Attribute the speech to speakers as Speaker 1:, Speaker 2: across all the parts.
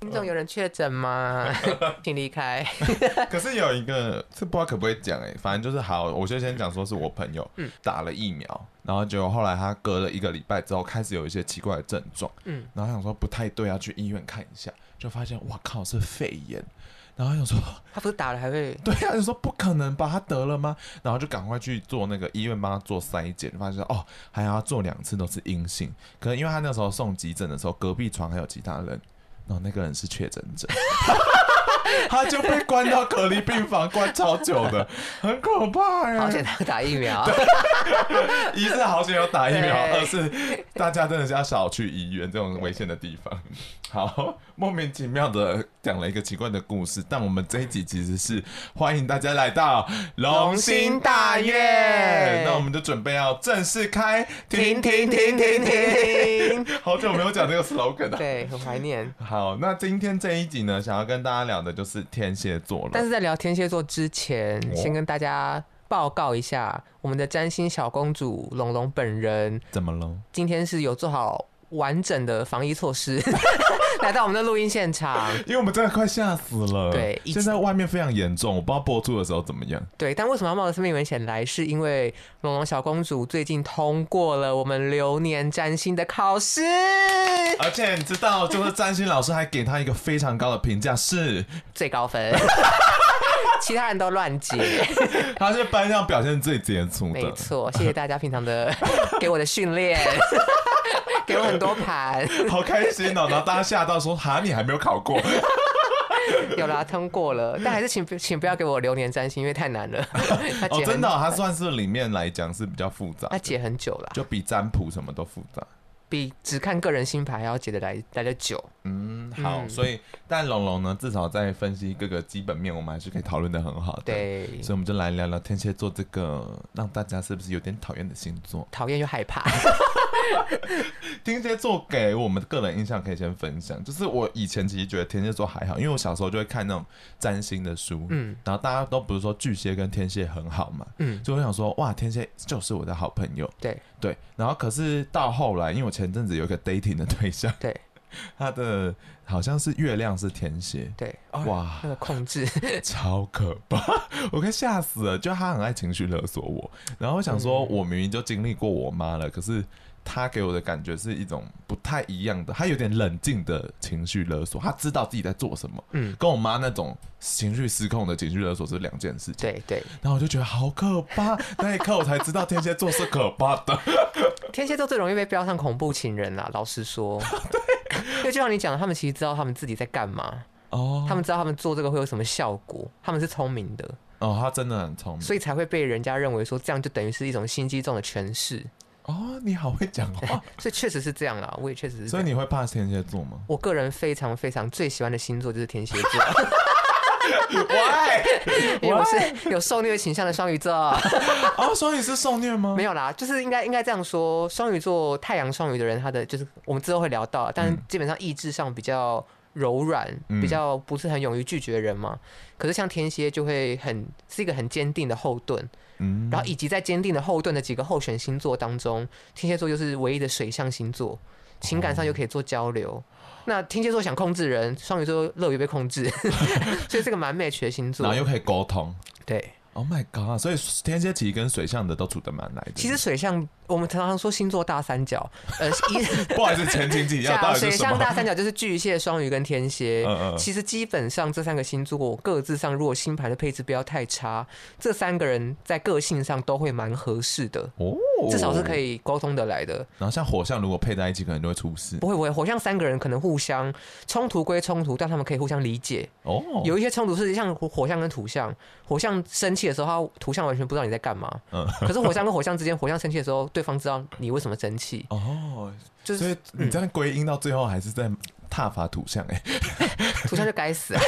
Speaker 1: 听众有人确诊吗？ 请离开。
Speaker 2: 可是有一个，这不知道可不可以讲哎、反正就是好，我就先讲说是我朋友打了疫苗，然后结果后来他隔了一个礼拜之后开始有一些奇怪的症状，
Speaker 1: 嗯
Speaker 2: 然后想说不太对，要去医院看一下，就发现哇靠是肺炎，然后想说
Speaker 1: 他不是打了还会
Speaker 2: 对啊，你说不可能吧？他得了吗？然后就赶快去做那个医院帮他做筛检，发现哦，还要做两次都是阴性。可能因为他那时候送急诊的时候，隔壁床还有其他人，然后那个人是确诊者， 他就被关到隔离病房，关超久的，很可怕欸
Speaker 1: 好
Speaker 2: 呀
Speaker 1: 险。他打疫苗，
Speaker 2: 一是好险有打疫苗，
Speaker 1: 对
Speaker 2: 二是大家真的是要少去医院这种危险的地方。 好，莫名其妙的讲了一个奇怪的故事，但我们这一集其实是欢迎大家来到龙兴大院，那我们就准备要正式开，
Speaker 1: 停停停停停。
Speaker 2: 好久没有讲这个 slogan 了、
Speaker 1: 对，很怀念。
Speaker 2: 好，那今天这一集呢，想要跟大家聊的就是天蝎座
Speaker 1: 但
Speaker 2: 了。
Speaker 1: 是在聊天蝎座之前，
Speaker 2: 哦
Speaker 1: 先跟大家报告一下，我们的占星小公主龙龙本人
Speaker 2: 怎么了？
Speaker 1: 今天是有做好完整的防疫措施， 来到我们的录音现场。
Speaker 2: 因为我们真的快吓死了。
Speaker 1: 对一
Speaker 2: 现在外面非常严重，我不知道播出的时候怎么样。
Speaker 1: 对，但为什么要冒着生命危险来？是因为龙龙小公主最近通过了我们流年占星的考试。
Speaker 2: 而且你知道，就是占星老师还给他一个非常高的评价，是
Speaker 1: 最高分， 其他人都乱解。
Speaker 2: 他是班上表现最杰出
Speaker 1: 没
Speaker 2: 的。
Speaker 1: 错，谢谢大家平常的给我的训练， 给我很多盘，
Speaker 2: 好开心哦！然后大家吓到说：“哈，你还没有考过
Speaker 1: 有啦，通过了。但还是请请不要给我流年占星，因为太难了。 他？”
Speaker 2: 哦，
Speaker 1: 解
Speaker 2: 真
Speaker 1: 很、
Speaker 2: 的哦、他算是里面来讲是比较复杂
Speaker 1: 他
Speaker 2: 的，
Speaker 1: 解很久啦，
Speaker 2: 就比占卜什么都复杂。
Speaker 1: 比只看个人星盘还要解的来来的久。
Speaker 2: 嗯，好，
Speaker 1: 嗯
Speaker 2: 所以但龙龙呢，至少在分析各个基本面，我们还是可以讨论的很好的。，
Speaker 1: 对，
Speaker 2: 所以我们就来聊聊天蝎座这个让大家是不是有点讨厌的星座。
Speaker 1: 讨厌又害怕。
Speaker 2: 天蝎座给我们个人印象可以先分享，就是我以前其实觉得天蝎座还好，因为我小时候就会看那种占星的书，
Speaker 1: 嗯
Speaker 2: 然后大家都不是说巨蟹跟天蝎很好嘛，
Speaker 1: 嗯，
Speaker 2: 所以我想说哇，天蝎就是我的好朋友，
Speaker 1: 对
Speaker 2: 对，然后可是到后来，因为我前阵子有一个 dating 的对象，
Speaker 1: 对，
Speaker 2: 他的好像是月亮是天蝎，
Speaker 1: 对，
Speaker 2: 哇
Speaker 1: 那，个控制
Speaker 2: 超可怕， 我快吓死了，就他很爱情绪勒索我，然后我想
Speaker 1: 嗯
Speaker 2: 说，我明明就经历过我妈了，可是。他给我的感觉是一种不太一样的，他有点冷静的情绪勒索，他知道自己在做什么，
Speaker 1: 嗯
Speaker 2: 跟我妈那种情绪失控的情绪勒索是两件事情。
Speaker 1: 对对，
Speaker 2: 然后我就觉得好可 怕，那一刻我才知道天蝎座是可怕的。
Speaker 1: 天蝎座最容易被标上恐怖情人啦。老实说，因为就像你讲的，他们其实知道他们自己在干嘛，
Speaker 2: 哦，
Speaker 1: 他们知道他们做这个会有什么效果，他们是聪明的，
Speaker 2: 哦，他真的很聪明。
Speaker 1: 所以才会被人家认为说这样就等于是一种心机重的诠释。
Speaker 2: 哦，你好会讲 话，
Speaker 1: 所以确实是这样啦，我也确实是这
Speaker 2: 所以
Speaker 1: 样。
Speaker 2: 你会怕天蝎 座吗
Speaker 1: 我个人非常非常最喜欢的星座就是天蝎 座，
Speaker 2: 喂，
Speaker 1: 因为我是有受虐倾向的双鱼座。
Speaker 2: 哦，所以你是受虐吗
Speaker 1: 没？有啦，就是应该应该这样说，双鱼座太阳双鱼的人，他的就是我们之后会聊到，但基本上意志上比较柔软，
Speaker 2: 嗯
Speaker 1: 比较不是很勇于拒绝人嘛。可是像天蝎就会很是一个很坚定的后盾，
Speaker 2: 嗯，
Speaker 1: 然后以及在坚定的后盾的几个候选星座当中，天蝎座就是唯一的水象星座，情感上
Speaker 2: 哦
Speaker 1: 又可以做交流。那天蝎座想控制人，双鱼座乐于被控 制， 所以这个蛮 match 的星
Speaker 2: 然
Speaker 1: 座
Speaker 2: 后。又可以沟通。
Speaker 1: 对，
Speaker 2: Oh my god！所以天蝎其实跟水象的都处得蛮来的。
Speaker 1: 其实水象我们常常说星座大三角，呃， 一。
Speaker 2: 不好意思，前情提要到
Speaker 1: 啊像
Speaker 2: 底
Speaker 1: 水
Speaker 2: 是什
Speaker 1: 象
Speaker 2: 么？
Speaker 1: 大三角就是巨蟹、双鱼跟天蝎。
Speaker 2: 嗯嗯
Speaker 1: 其实基本上这三个星座各自上，如果星盘的配置不要太差，这三个人在个性上都会蛮合适的，
Speaker 2: 哦，
Speaker 1: 至少是可
Speaker 2: 以。
Speaker 1: 以沟通的来的。
Speaker 2: 然后像火象如果配在一起，可能就会出事
Speaker 1: 不会不会，火象三个人可能互相冲突归冲突，但他们可以互相理解。
Speaker 2: 哦。
Speaker 1: 有一些冲突是像火火象跟土象，火象生气的时候，他土象完全不知道你在干嘛。
Speaker 2: 嗯
Speaker 1: 可是火象跟火象之间，火象生气的时候，对方知道你为什么生气，
Speaker 2: 哦，
Speaker 1: 就
Speaker 2: 所
Speaker 1: 是
Speaker 2: 以你这样归因到最后还是在踏伐土象哎，
Speaker 1: 土象就该死。 啊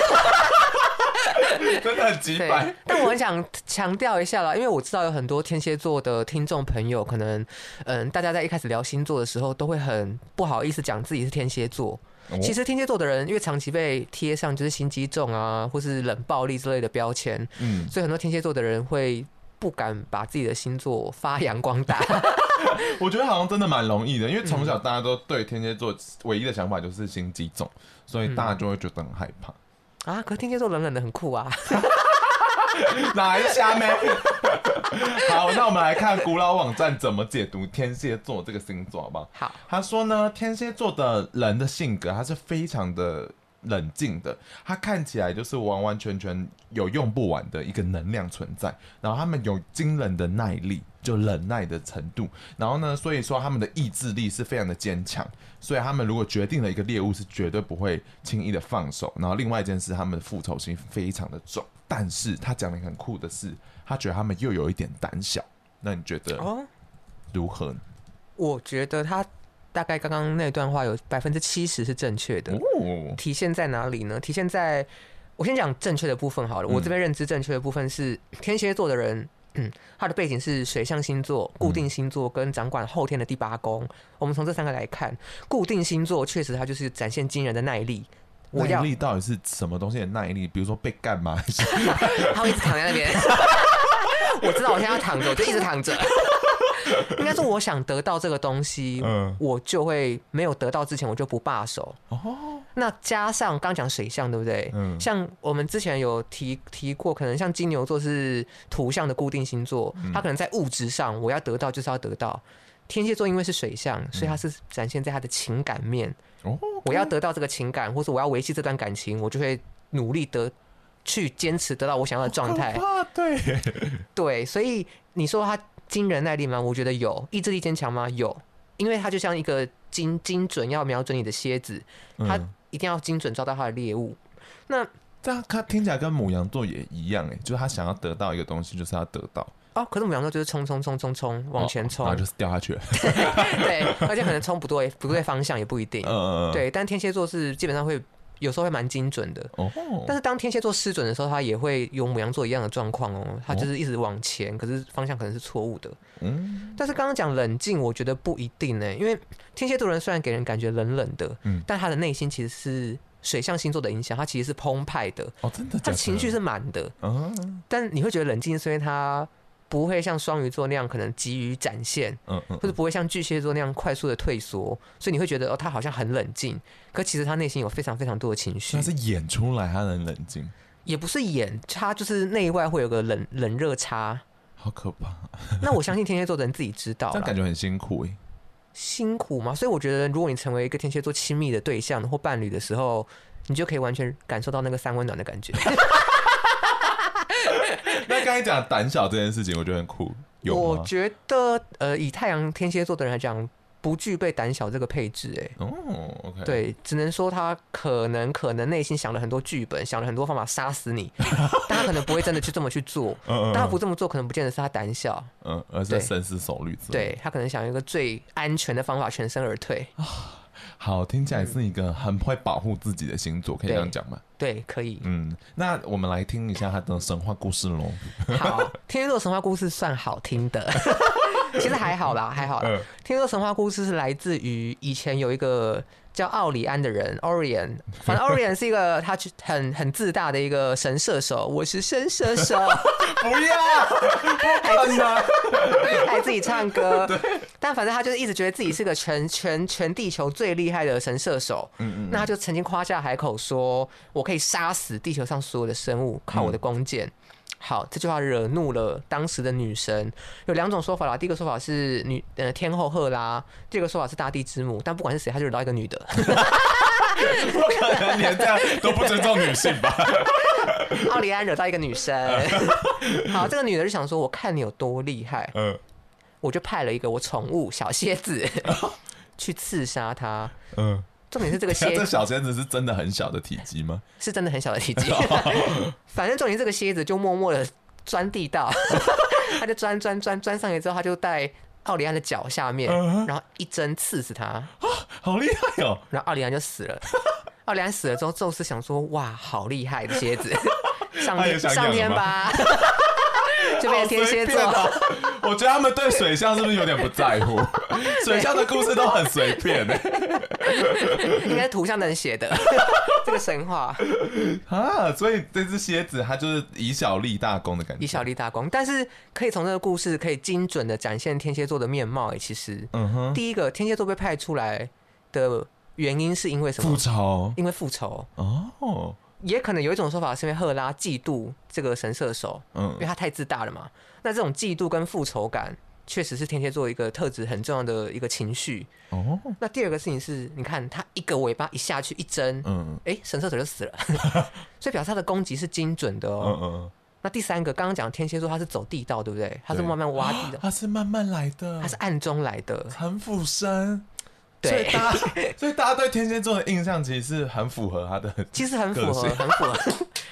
Speaker 2: 真的很鸡
Speaker 1: 对，
Speaker 2: 掰。
Speaker 1: 但我很想强调一下啦，因为我知道有很多天蝎座的听众朋友，可能嗯，大家在一开始聊星座的时候，都会很不好意思讲自己是天蝎座。
Speaker 2: 哦
Speaker 1: 其实天蝎座的人，因为长期被贴上就是心机重啊，或是冷暴力之类的标签，
Speaker 2: 嗯，
Speaker 1: 所以很多天蝎座的人会。不敢把自己的星座发扬光大。
Speaker 2: 我觉得好像真的蛮容易的，因为
Speaker 1: 嗯
Speaker 2: 从小大家都对天蝎座唯一的想法就是心机重，所以
Speaker 1: 嗯
Speaker 2: 大家就会觉得很害怕。
Speaker 1: 啊，可是天蝎座冷冷的很酷啊！
Speaker 2: 哪来的虾妹？ 好，那我们来看古老网站怎么解读天蝎座这个星座，好不好？
Speaker 1: 好，
Speaker 2: 他说呢，天蝎座的人的性格，他是非常的冷静的，他看起来就是完完全全有用不完的一个能量存在，然后他们有惊人的耐力，就忍耐的程度，然后呢，所以说他们的意志力是非常的坚强，所以他们如果决定了一个猎物，是绝对不会轻易的放手。然后另外一件事，他们的复仇心非常的重，但是他讲了一个很酷的事，他觉得他们又有一点胆小。那你觉得
Speaker 1: 哦，
Speaker 2: 如何呢？
Speaker 1: 我觉得他大概刚刚那段话有百分之七十是正确的。
Speaker 2: 哦，
Speaker 1: 体现在哪里呢？体现在我先讲正确的部分好了。
Speaker 2: 嗯
Speaker 1: 我这边认知正确的部分是天蝎座的人。嗯，他的背景是水象星座、固定星座跟掌管后天的第八宫。我们从这三个来看，固定星座确实它就是展现惊人的耐力。我
Speaker 2: 耐
Speaker 1: 要
Speaker 2: 力到底是什么东西的耐力？比如说被干嘛？还是
Speaker 1: 他会一直躺在 那边。我知道我现在要躺着，我就一直躺着。应该说，我想得到这个东西，
Speaker 2: 嗯
Speaker 1: 我就会没有得到之前，我就不罢手。
Speaker 2: 哦，
Speaker 1: 那加上刚讲水象，对不对？
Speaker 2: 嗯
Speaker 1: 像我们之前有提提过，可能像金牛座是土象的固定星座，
Speaker 2: 嗯
Speaker 1: 它可能在物质上我要得到就是要得到。天蝎座因为是水象，所以它是展现在它的情感面。
Speaker 2: 哦，
Speaker 1: 我要得到这个情感，或者我要维系这段感情，我就会努力得去坚持得到我想要的状态
Speaker 2: 可。怕对，
Speaker 1: 对，所以你说他惊人耐力吗？我觉得有，意志力坚强吗？有，因为他就像一个精精准要瞄准你的蝎子，他
Speaker 2: 嗯
Speaker 1: 一定要精准抓到他的猎物。那
Speaker 2: 这样看听起来跟母羊座也一样哎，就是他想要得到一个东西，就是要得到
Speaker 1: 哦，可是我们两个就是冲冲冲冲冲往前冲，
Speaker 2: 哦然后就是掉下去了。
Speaker 1: 对，而且可能冲不对，不对方向也不一定。
Speaker 2: 嗯嗯嗯，
Speaker 1: 对，但天蝎座是基本上会有时候会蛮精准的，
Speaker 2: 哦，
Speaker 1: 但是当天蝎座失准的时候，他也会有母羊座一样的状况哦，他就是一直往前，可是方向可能是错误的。
Speaker 2: 嗯
Speaker 1: 但是刚刚讲冷静，我觉得不一定呢、因为天蝎座人虽然给人感觉冷冷的，
Speaker 2: 嗯
Speaker 1: 但他的内心其实是水象星座的影响，他其实是澎湃的，
Speaker 2: 哦，真的假
Speaker 1: 他
Speaker 2: 的？
Speaker 1: 情绪是满的。
Speaker 2: 嗯
Speaker 1: 但你会觉得冷静，是因为他不会像双鱼座那样可能急于展现，
Speaker 2: 嗯嗯
Speaker 1: 或者不会像巨蟹座那样快速的退缩，所以你会觉得哦，他好像很冷静，可其实他内心有非常非常多的情绪
Speaker 2: 所以他，是演出来，他能冷静，
Speaker 1: 也不是演，他就是内外会有个冷冷热差。
Speaker 2: 好可怕，
Speaker 1: 那我相信天蝎座的人自己知道
Speaker 2: 这样
Speaker 1: 啦
Speaker 2: 感。觉很辛苦哎。
Speaker 1: 辛苦嘛，所以我觉得，如果你成为一个天蝎座亲密的对象或伴侣的时候，你就可以完全感受到那个三温暖的感觉。
Speaker 2: 那刚才讲胆小这件事情，我觉得很酷，有
Speaker 1: 我
Speaker 2: 吗？
Speaker 1: 觉得，呃，以太阳天蝎座的人来讲，不具备胆小这个配置、欸，
Speaker 2: 哦，OK，，
Speaker 1: 对，只能说他可能可能内心想了很多剧本，想了很多方法杀死你， 但他可能不会真的去这么去做。
Speaker 2: 嗯
Speaker 1: 但他不
Speaker 2: 嗯
Speaker 1: 这么做，可能不见得是他胆小，
Speaker 2: 嗯，而是
Speaker 1: 对
Speaker 2: 深思熟虑之类的。
Speaker 1: 对他可能想用一个最安全的方法全身而 退。
Speaker 2: 好，听起来是一个很会保护自己的星座，可以这样讲吗？
Speaker 1: 对，可 以。
Speaker 2: 嗯，那我们来听一下他的神话故事喽。
Speaker 1: 好，天蝎座神话故事算好听的， 其实还 好啦，还好啦。
Speaker 2: 嗯
Speaker 1: 天蝎座神话故事是来自于以前有一个叫奥里安的人，Orion，反 正 Orion 是一个他去很很自大的一个神射手，我是神射手，
Speaker 2: 不要，不能，
Speaker 1: 还自己唱歌，但反正他就是一直觉得自己是个全全全地球最厉害的神射手，
Speaker 2: 嗯
Speaker 1: 那他就曾经夸下海口说：“我可以杀死地球上所有的生物，靠我的弓箭。
Speaker 2: 嗯
Speaker 1: 好，这句话惹怒了当时的女神。有两种说法啦，第一个说法是女呃天后赫拉，第二个说法是大地之母。但不管是谁，他就惹到一个 女的。
Speaker 2: 不可能连这样都不尊重女性吧？
Speaker 1: 奥利安惹到一个女生。 好，这个女的就想说：“我看你有多厉害，
Speaker 2: 嗯
Speaker 1: 我就派了一个我宠物小蝎 子去刺杀她。
Speaker 2: 嗯，
Speaker 1: 重点是 这个
Speaker 2: 那
Speaker 1: 蝎
Speaker 2: 这小仙子是真的很小的体积吗？
Speaker 1: 是真的很小的体积。 反正重点是这个蝎子就默默的钻地道， 它就钻钻钻钻上来之后，它就在奥利安的脚下面
Speaker 2: 嗯哼，
Speaker 1: 然后一针刺死他，
Speaker 2: 好厉害哦！
Speaker 1: 然后奥利安就死 了。奥利安死了之后，宙斯想说：“哇，好厉害的蝎子， 上
Speaker 2: 他也
Speaker 1: 天
Speaker 2: 想养
Speaker 1: 上天
Speaker 2: 了
Speaker 1: 吧！” 就变成天蝎座。
Speaker 2: 好随便哦 我觉得他们对水象是不是有点不在乎？水象的故事都很随便欸
Speaker 1: 应该是图像能写的 这个神话，
Speaker 2: 啊，所以这只蝎子它就是以小立大功的感觉。
Speaker 1: 以小，立大功。但是可以从这个故事可以精准的展现天蝎座的面貌、欸。其实，
Speaker 2: 嗯哼，
Speaker 1: 第一个天蝎座被派出来的原因是因为什
Speaker 2: 复
Speaker 1: 么？
Speaker 2: 仇
Speaker 1: 因为复仇。
Speaker 2: 哦，
Speaker 1: 也可能有一种说法是因为赫拉嫉妒这个神射手，因为
Speaker 2: 嗯
Speaker 1: 他太自大了嘛。那这种嫉妒跟复仇感，确实是天蝎座一个特质很重要的一个情绪。
Speaker 2: 哦，
Speaker 1: 那第二个事情是，你看他一个尾巴一下去一针，
Speaker 2: 嗯
Speaker 1: 哎、神射手就死了， 所以表示他的攻击是精准的
Speaker 2: 嗯
Speaker 1: 哦。
Speaker 2: 嗯
Speaker 1: 那第三个，刚刚讲天蝎座他是走地道，对不对？他是
Speaker 2: 对
Speaker 1: 慢慢挖地
Speaker 2: 嗯，
Speaker 1: 的，
Speaker 2: 它是慢慢来的，
Speaker 1: 他是暗中来的。
Speaker 2: 很俯身。所以
Speaker 1: 对，
Speaker 2: 大家， 所以大家对天蝎座的印象其实是很符合他的，
Speaker 1: 其实很符合，
Speaker 2: 个性
Speaker 1: 很符合。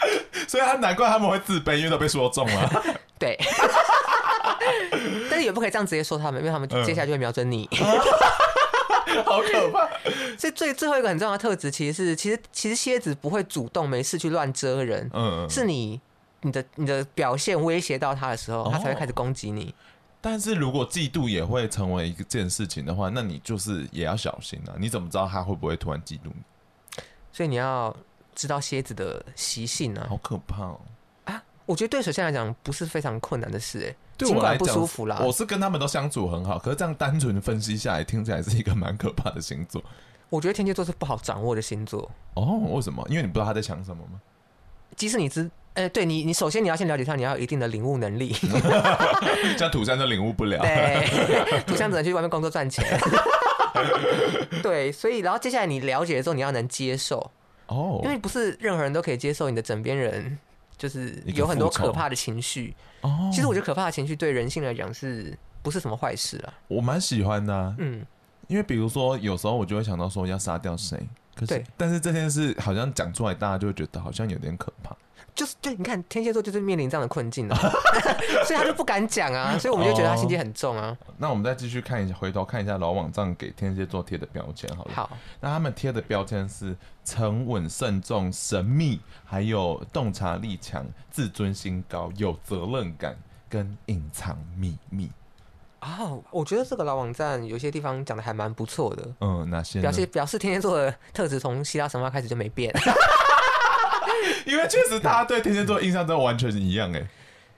Speaker 2: 所以他难怪他们会自卑，因为都被说 中了。
Speaker 1: 对，但是也不可以这样直接说他们，因为他们
Speaker 2: 嗯
Speaker 1: 接下来就会瞄准 你。
Speaker 2: 啊好可怕。
Speaker 1: 所以最最后一个很重要的特质，其实是其实其实蝎子不会主动没事去乱蛰人，
Speaker 2: 嗯，嗯
Speaker 1: 是你你的你的表现威胁到他的时候，他才会
Speaker 2: 哦
Speaker 1: 开始攻击你。
Speaker 2: 但是如果嫉妒也会成为一件事情的话，那你就是也要小心啊！你怎么知道他会不会突然嫉妒你？
Speaker 1: 所以你要知道蝎子的习性啊
Speaker 2: 好可怕哦！
Speaker 1: 啊！我觉得对水象来讲不是非常困难的事、欸，
Speaker 2: 对
Speaker 1: 尽
Speaker 2: 我来
Speaker 1: 管不
Speaker 2: 讲，
Speaker 1: 舒服啦，
Speaker 2: 我是跟他们都相处很好，可是这样单纯分析下来，听起来是一个蛮可怕的星座
Speaker 1: 我觉得天蝎座是不好掌握的星座，
Speaker 2: 哦。为什么？因为你不知道他在想什么 吗？
Speaker 1: 即使你知。呃，对你，你首先你要先了解他，你要有一定的领悟能 力。
Speaker 2: 像土山都领悟不了。
Speaker 1: 对， 土象只能去外面工作赚钱。 对，所以然后接下来你了解了之后，你要能接受，
Speaker 2: 哦
Speaker 1: 因，为不是任何人都可以接受你的枕边人，就是
Speaker 2: 一个
Speaker 1: 有很多
Speaker 2: 复仇
Speaker 1: 可怕的情绪。
Speaker 2: 哦，
Speaker 1: 其实我觉得可怕的情绪对人性来讲是不是什么坏事啊？
Speaker 2: 我蛮喜欢的啊、
Speaker 1: 嗯，
Speaker 2: 因为比如说有时候我就会想到说要杀掉谁，可是
Speaker 1: 对
Speaker 2: 但是这件事好像讲出来，大家就会觉得好像有点可怕。
Speaker 1: 就是对，你看天蝎座就是面临这样的困境啊， 所以他就不敢讲啊，所以我们就觉得他心机很重啊。
Speaker 2: 那我们再继续看一下，回头看一下老网站给天蝎座贴的标签好了。
Speaker 1: 好，
Speaker 2: 那他们贴的标签是沉稳、慎重、神秘，还有洞察力强、自尊心高、有责任感跟隐藏秘密。
Speaker 1: 哦，我觉得这个老网站有些地方讲的还蛮不错的，
Speaker 2: 嗯，哪些呢？
Speaker 1: 表示表示天蝎座的特质从希腊神话开始就没变。
Speaker 2: 因为确实大家对天蝎座的印象都完全一样哎、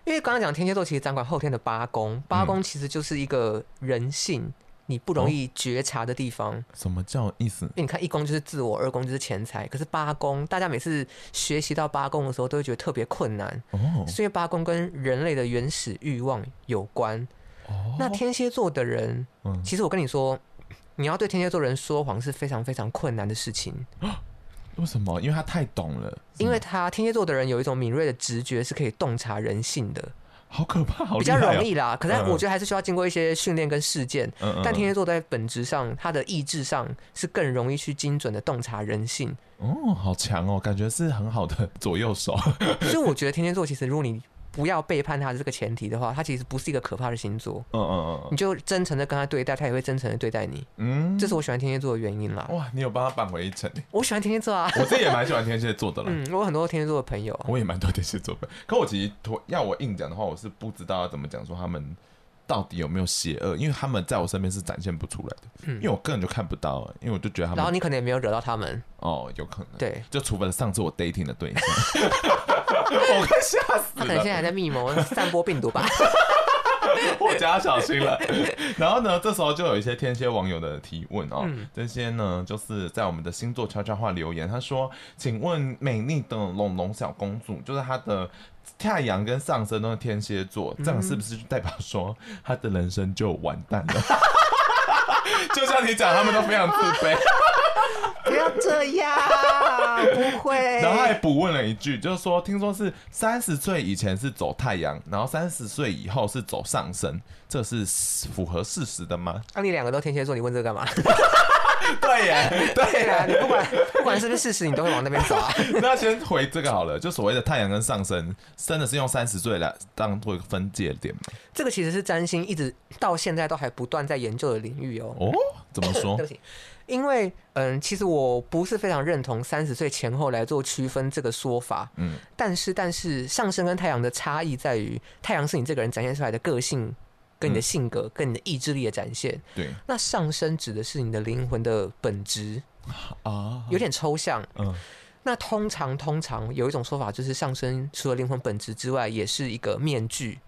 Speaker 1: 因为刚刚讲天蝎座其实掌管后天的八宫，八
Speaker 2: 嗯
Speaker 1: 宫其实就是一个人性你不
Speaker 2: 哦
Speaker 1: 容易觉察的地方。
Speaker 2: 什么叫意思？
Speaker 1: 因为你看一宫就是自我，二宫就是钱财，可是八宫大家每次学习到八宫的时候都会觉得特别困难，
Speaker 2: 哦
Speaker 1: 是因为八宫跟人类的原始欲望有关。
Speaker 2: 哦，
Speaker 1: 那天蝎座的人，
Speaker 2: 嗯
Speaker 1: 其实我跟你说，你要对天蝎座人说谎是非常非常困难的事情，
Speaker 2: 为什么？因为他太懂了，
Speaker 1: 因为
Speaker 2: 是吗
Speaker 1: 他天蝎座的人有一种敏锐的直觉，是可以洞察人性的。
Speaker 2: 好可怕，好
Speaker 1: 比
Speaker 2: 厉
Speaker 1: 较
Speaker 2: 害哦
Speaker 1: 容。易啦。可是
Speaker 2: 嗯嗯
Speaker 1: 我觉得还是需要经过一些训练跟实践。
Speaker 2: 嗯嗯
Speaker 1: 但天
Speaker 2: 嗯
Speaker 1: 蝎座在本质上，他的意志上是更容易去精准的洞察人 性，
Speaker 2: 哦，好强哦，感觉是很好的左右 手。
Speaker 1: 所以我觉得天蝎座其实，如果你不要背叛他的这个前提的话，他其实不是一个可怕的星座。
Speaker 2: 嗯嗯
Speaker 1: 你就真诚的跟他对待，他也会真诚的对待你，
Speaker 2: 嗯嗯，哦嗯
Speaker 1: 这是我喜欢天蝎座的原因啦。
Speaker 2: 哇，你有帮他扳回一城。
Speaker 1: 我喜欢天蝎 座啊，
Speaker 2: 我自己也蛮喜欢天蝎座的啦。
Speaker 1: 嗯，我有很多天蝎座的朋友，
Speaker 2: 我也蛮多天蝎座的，可我其实脱要我硬讲的话，我是不知道要怎么讲说他们到底有没有邪恶，因为他们在我身边是展现不出来的，
Speaker 1: 嗯
Speaker 2: 因为我个人就看不到、因为我就觉得他
Speaker 1: 然后
Speaker 2: 们
Speaker 1: 你可能也没有惹到他们，
Speaker 2: 哦有可能，
Speaker 1: 对
Speaker 2: 就除非上次我 dating 的对象， 我快吓死
Speaker 1: 他可能现在
Speaker 2: 了，
Speaker 1: 还在密 谋 散播病毒吧。
Speaker 2: 我家小心了。然后呢，这时候就有一些天蝎网友的提问哦，这些呢就是在我们的星座悄悄话留言，他说：“请问美丽的龙龙小公主，就是她的太阳跟上升都是天蝎座，这样是不是就代表说她的人生就完蛋了？” 就像你讲，他们都非常自卑。
Speaker 1: 不要这样，不 会。
Speaker 2: 然后他还补问了一句，就是说，听说是三十岁以前是走太阳，然后三十岁以后是走上升，这是符合事实的吗？
Speaker 1: 啊，你两个都天蝎座，你问这个干嘛？
Speaker 2: 对耶，对
Speaker 1: 对啊，你
Speaker 2: 耶。
Speaker 1: 不管 不管是不是事实，你都会往那边走啊。
Speaker 2: 那先回这个好了，就所谓的太阳跟上升，真的是用三十岁来当做一个分界点吗？
Speaker 1: 这个其实是占星一直到现在都还不断在研究的领域哦。
Speaker 2: 哦，怎么 说
Speaker 1: 对不？起，因为嗯，其实我不是非常认同三十岁前后来做区分这个说法。
Speaker 2: 嗯，
Speaker 1: 但是但是上升跟太阳的差异在于，太阳是你这个人展现出来的个性跟你的性格、跟你的意志力的展现。
Speaker 2: 对
Speaker 1: 那上升指的是你的灵魂的本质，
Speaker 2: 啊，
Speaker 1: 有点抽象。
Speaker 2: 嗯
Speaker 1: 那通常通常有一种说法，就是上升除了灵魂本质之外，也是一个面具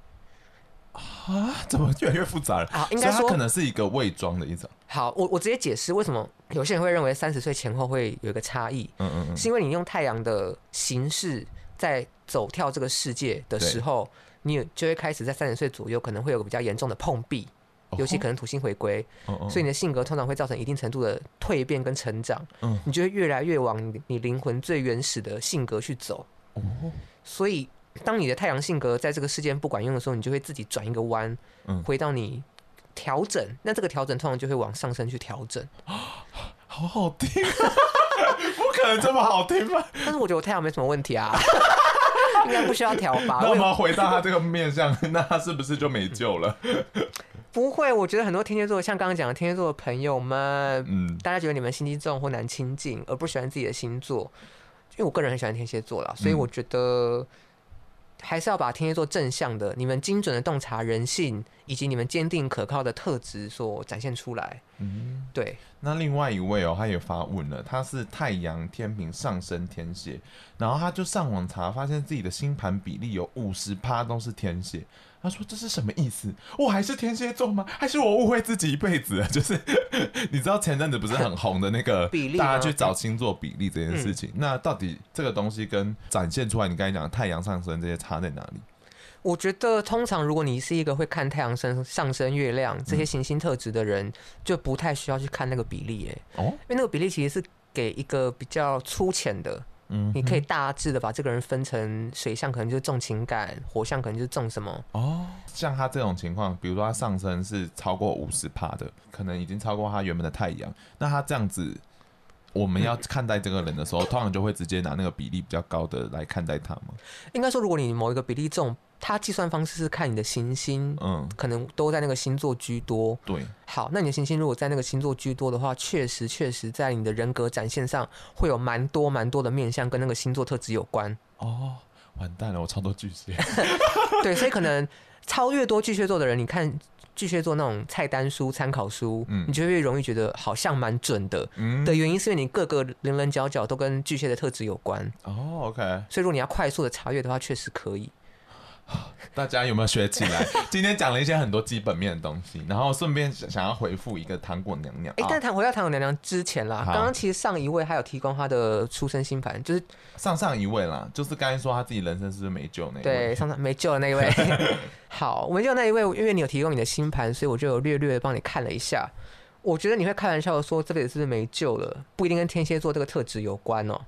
Speaker 2: 啊，怎么越来越复杂了？
Speaker 1: 啊。应该
Speaker 2: 所以它可
Speaker 1: 说，
Speaker 2: 能是一个伪装的一种，
Speaker 1: 好，我我直接解释为什么有些人会认为三十岁前后会有一个差异，
Speaker 2: 嗯嗯嗯，
Speaker 1: 是因为你用太阳的形式在走跳这个世界的时候，你有就会开始在三十岁左右可能会有个比较严重的碰壁，尤其可能土星回归，
Speaker 2: 哦，哦哦
Speaker 1: 所以你的性格通常会造成一定程度的蜕变跟成长，
Speaker 2: 嗯
Speaker 1: 你就会越来越往你你灵魂最原始的性格去走。
Speaker 2: 哦
Speaker 1: 所以，当你的太阳性格在这个事件不管用的时候，你就会自己转一个弯，
Speaker 2: 嗯
Speaker 1: 回到你调整。那这个调整通常就会往上升去调整。
Speaker 2: 好好听，啊 不可能这么好听吧？
Speaker 1: 但是我觉得我太阳没什么问题啊， 应该不需要调吧？
Speaker 2: 那
Speaker 1: 我
Speaker 2: 我们
Speaker 1: 也
Speaker 2: 要回到他这个面相， 那他是不是就没救了？
Speaker 1: 不会，我觉得很多天蝎座，像刚刚讲的天蝎座的朋友们，
Speaker 2: 嗯，
Speaker 1: 大家觉得你们心机重或难亲近，而不喜欢自己的星座。因为我个人很喜欢天蝎座啦，所以
Speaker 2: 嗯
Speaker 1: 我觉得还是要把天蝎座正向的、你们精准的洞察人性，以及你们坚定可靠的特质所展现出来。
Speaker 2: 嗯
Speaker 1: 对，
Speaker 2: 那另外一位哦，他也发问了，他是太阳天平上升天蝎，然后他就上网查，发现自己的星盘比例有五十趴都是天蝎。他说这是什么意思？我还是天蝎座吗？还是我误会自己一辈子了？ 就是你知道前阵子不是很红的那个
Speaker 1: 比例吗嗯
Speaker 2: 大家去找星座比例这件事情，那到底这个东西跟展现出来你刚才讲的太阳上升这些差在哪里？
Speaker 1: 我觉得通常如果你是一个会看太阳升上升、月亮这
Speaker 2: 嗯
Speaker 1: 些行星特质的人，就不太需要去看那个比例、耶，
Speaker 2: 哦，
Speaker 1: 因为那个比例其实是给一个比较粗浅的，
Speaker 2: 嗯
Speaker 1: 你可以大致的把这个人分成水象可能就是重情感，火象可能就是重什么。
Speaker 2: 哦，像他这种情况，比如说他上升是超过五十帕的，可能已经超过他原本的太阳，那他这样子，我们要看待这个人的时候，通常就会直接拿那个比例比较高的来看待他嘛。
Speaker 1: 应该说，如果你某一个比例重，它计算方式是看你的行星。
Speaker 2: 嗯，
Speaker 1: 可能都在那个星座居多。
Speaker 2: 对，
Speaker 1: 好，那你的行星如果在那个星座居多的话，确实确实在你的人格展现上会有蛮多蛮多的面向跟那个星座特质有 关。
Speaker 2: 哦，完蛋了，我超多巨蟹，
Speaker 1: 对，所以可能超越多巨蟹座的人，你看巨蟹座那种菜单书、参考书，
Speaker 2: 嗯
Speaker 1: 你就会容易觉得好像蛮准的。
Speaker 2: 嗯，
Speaker 1: 的原因是因为你各个棱棱角角都跟巨蟹的特质有关，
Speaker 2: 哦，OK，
Speaker 1: 所以如果你要快速的查阅的话，确实可以。
Speaker 2: 大家有没有学起 来？今天讲了一些很多基本面的东西，然后顺便想想要回复一个糖果娘娘，
Speaker 1: 哎、
Speaker 2: 啊
Speaker 1: 但谈回到唐有娘娘之前啦，
Speaker 2: 好
Speaker 1: 刚刚其实上一位还有提供她的出生星盘，就是
Speaker 2: 上上一位啦，就是刚才说他自己人生是不是没救那一位，
Speaker 1: 对上上没救的那一 位。好，没救的那一位，因为你有提供你的星盘，所以我就有略略的帮你看了一下。我觉得你会开玩笑的说这辈子是不是没救了，不一定跟天蝎座这个特质有关哦。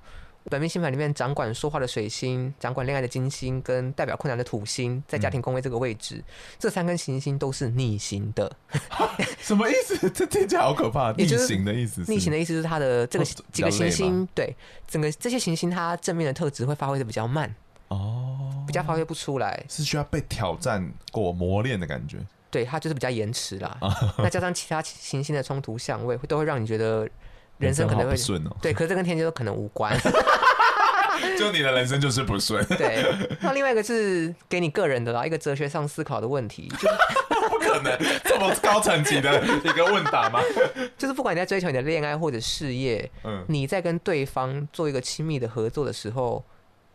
Speaker 1: 本命星盘里面掌管说话的水星、掌管恋爱的金星跟代表困难的土星，在
Speaker 2: 嗯
Speaker 1: 家庭宫位这个位置，这三根行星都是逆行的。
Speaker 2: 什么意思？这听起来好可怕！
Speaker 1: 也
Speaker 2: 逆
Speaker 1: 就是
Speaker 2: 行的意思是，
Speaker 1: 逆行的意思就是它的这个
Speaker 2: 哦比较
Speaker 1: 几个行
Speaker 2: 累
Speaker 1: 星，对整个这些行星它正面的特质会发挥的比较慢，
Speaker 2: 哦，
Speaker 1: 比较发挥不出来，
Speaker 2: 是需要被挑战过、磨练的感觉。
Speaker 1: 对它就是比较延迟啦。
Speaker 2: 啊
Speaker 1: 那加上其他行星的冲突相位，会都会让你觉得人生可能
Speaker 2: 好
Speaker 1: 会
Speaker 2: 不顺哦，
Speaker 1: 对，可是这跟天蝎座可能无 关。
Speaker 2: 就你的人生就是不顺，
Speaker 1: 对，那另外一个是给你个人的啦，一个哲学上思考的问题，就是
Speaker 2: 不可能这么高层级的一个问答吗？
Speaker 1: 就是不管你在追求你的恋爱或者事业，
Speaker 2: 嗯，
Speaker 1: 你在跟对方做一个亲密的合作的时候，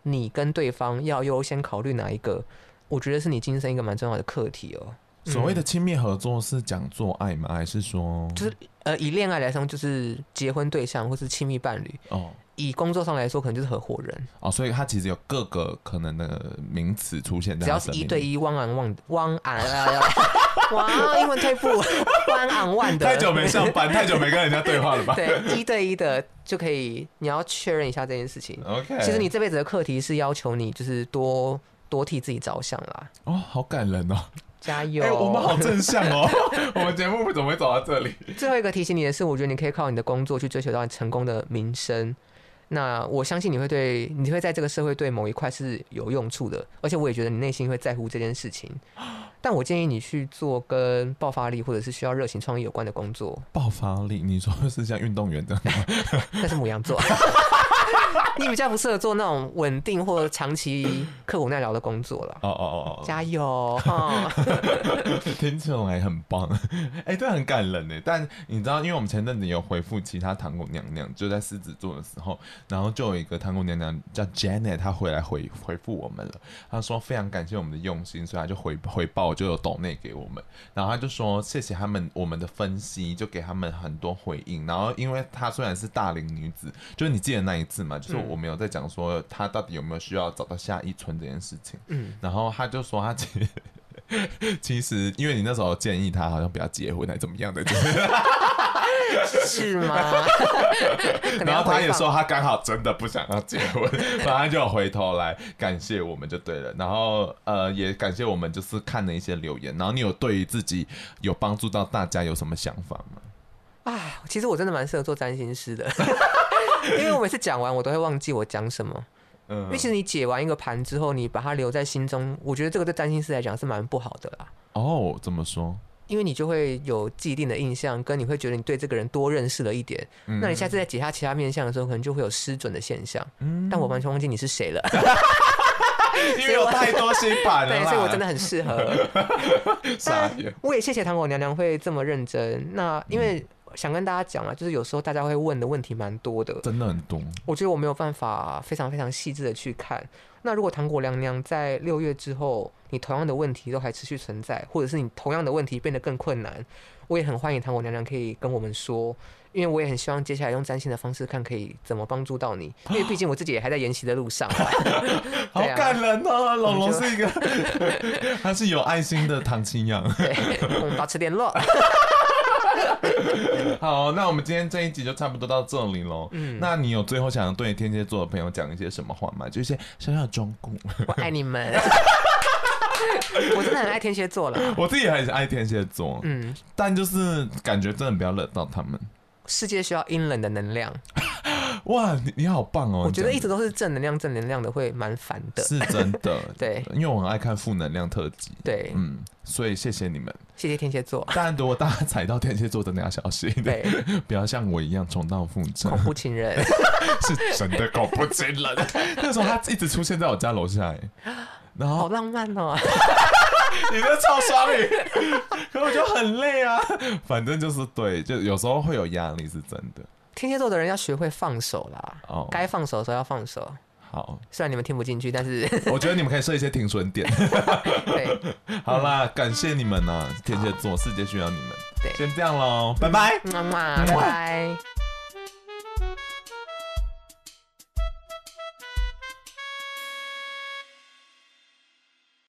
Speaker 1: 你跟对方要优先考虑哪一个？我觉得是你今生一个蛮重要的课题哦。
Speaker 2: 所谓的亲密合作是讲做爱吗？还是说
Speaker 1: 就是呃，以恋爱来说，就是结婚对象或是亲密伴侣；
Speaker 2: 哦
Speaker 1: 以工作上来说，可能就是合伙人。
Speaker 2: 哦？所以它其实有各个可能的名词出现在
Speaker 1: 只要
Speaker 2: 它
Speaker 1: 是
Speaker 2: 身
Speaker 1: 一
Speaker 2: 边。
Speaker 1: 对一，one on one one on one，哇，英文退步，one on one 的，
Speaker 2: 太久没上 班，太久没跟人家对话了吧
Speaker 1: 对一对一的就可以，你要确认一下这件事情。
Speaker 2: ？OK，
Speaker 1: 其实你这辈子的课题是要求你就是多多替自己着想啦，
Speaker 2: 哦，好感人哦！
Speaker 1: 加油！
Speaker 2: 哎、我们好正向哦， 我们节目怎么会走到这里？
Speaker 1: 最后一个提醒你的是，我觉得你可以靠你的工作去追求到你成功的名声。那我相信你会对，你会在这个社会对某一块是有用处的，而且我也觉得你内心会在乎这件事情。但我建议你去做跟爆发力或者是需要热情创意有关的工作，
Speaker 2: 爆发力，你说是像运动员这样？
Speaker 1: 那是母羊座。 你比较不适合做那种稳定或长期刻苦耐劳的工作了。
Speaker 2: 哦哦哦
Speaker 1: 加油！哈，
Speaker 2: 哦，听起来很棒， 哎、对，很感人呢。但你知道，因为我们前阵子有回复其他糖果娘娘，就在狮子座的时候，然后就有一个糖果娘娘叫 Janet，她回来回回复我们了。她说非常感谢我们的用心，所以她就回回报就有抖内给我们，然后她就说谢谢他们我们的分析，就给他们很多回应。然后因为她虽然是大龄女子，就是你记得那一次嘛，就是我们有在讲说她到底有没有需要找到下一春这件事情。
Speaker 1: 嗯，
Speaker 2: 然后他就说他其 实其实因为你那时候建议他好像不要结婚还怎么样的，就是
Speaker 1: 是 吗？ 可能
Speaker 2: 然
Speaker 1: 要
Speaker 2: 后他
Speaker 1: 回
Speaker 2: 也
Speaker 1: 放
Speaker 2: 说他刚好真的不想要结婚， 反正就有回头来感谢我们就对了。然后呃也感谢我们就是看了一些留言，然后你有对于自己有帮助到大家有什么想法吗？
Speaker 1: 啊，其实我真的蛮适合做占星师的， 因为我每次讲完我都会忘记我讲什么。
Speaker 2: 嗯
Speaker 1: 因为其实你解完一个盘之后，你把它留在心中，我觉得这个对占星师来讲是蛮不好的啦。
Speaker 2: 哦怎 么说？
Speaker 1: 因为你就会有既定的印象，跟你会觉得你对这个人多认识了一点，
Speaker 2: 嗯
Speaker 1: 那你下次在解他其他面相的时候，可能就会有失准的现象。
Speaker 2: 嗯
Speaker 1: 但我完全忘记你是谁了，
Speaker 2: 因为有太多新版 了
Speaker 1: 对，
Speaker 2: 啦，
Speaker 1: 所以我 真的很适合。
Speaker 2: 傻眼。
Speaker 1: 我也谢谢糖果娘娘会这么认真。那因为想跟大家讲啊，就是有时候大家会问的问题蛮多的，
Speaker 2: 真的很多，
Speaker 1: 我觉得我没有办法非常非常细致的去看。那如果糖果娘娘在六月之后，你同样的问题都还持续存在，或者是你同样的问题变得更困难，我也很欢迎糖果娘娘可以跟我们说，因为我也很希望接下来用占星的方式看可以怎么帮助到你，因为毕竟我自己也还在研习的路上啊。
Speaker 2: 好
Speaker 1: 对啊
Speaker 2: 感人哦！龙
Speaker 1: 我
Speaker 2: 龙
Speaker 1: 们就是
Speaker 2: 一个， 他是有爱心的唐青阳。
Speaker 1: 对， 我们保持联络。
Speaker 2: 好，那我们今天这一集就差不多到这里喽。
Speaker 1: 嗯
Speaker 2: 那你有最后想要对天蝎座的朋友讲一些什么话吗？就一些小小的忠 告。
Speaker 1: 我爱你们， 我真的很爱天蝎座了。
Speaker 2: 我自己也很爱天蝎座，
Speaker 1: 嗯，
Speaker 2: 但就是感觉真的不要惹到他们。
Speaker 1: 世界需要阴冷的能量，
Speaker 2: 哇，你你好棒哦！
Speaker 1: 我觉得
Speaker 2: 你
Speaker 1: 一直
Speaker 2: 讲
Speaker 1: 都是正能量，正能量的会蛮烦的，
Speaker 2: 的。是真的
Speaker 1: 对
Speaker 2: 因为我很爱看负能量特辑。
Speaker 1: 对，
Speaker 2: 嗯，所以谢谢你们。
Speaker 1: 谢谢天蝎 座。
Speaker 2: 但如果大家踩到天蝎座，真的要小心，
Speaker 1: 对，
Speaker 2: 不要像我一样重蹈覆 辙
Speaker 1: 恐，怖情人，
Speaker 2: 是真的恐怖情人。 那时候他一直出现在我家楼下，哎然后
Speaker 1: 好浪漫哦！
Speaker 2: 你在超双语，可我就很累啊。反正就是对，就有时候会有压力，是真的。
Speaker 1: 天蝎座的人要学会放手啦，
Speaker 2: 哦，
Speaker 1: 该放手的时候要放手。
Speaker 2: 好，
Speaker 1: 虽然你们听不进去，但 是
Speaker 2: 我觉得你们可以设一些停损点。
Speaker 1: 对，
Speaker 2: 好啦，感谢你们呢、啊，天蝎座，世界需要你们。
Speaker 1: 对
Speaker 2: 先这样喽，拜拜。
Speaker 1: 么么，拜拜。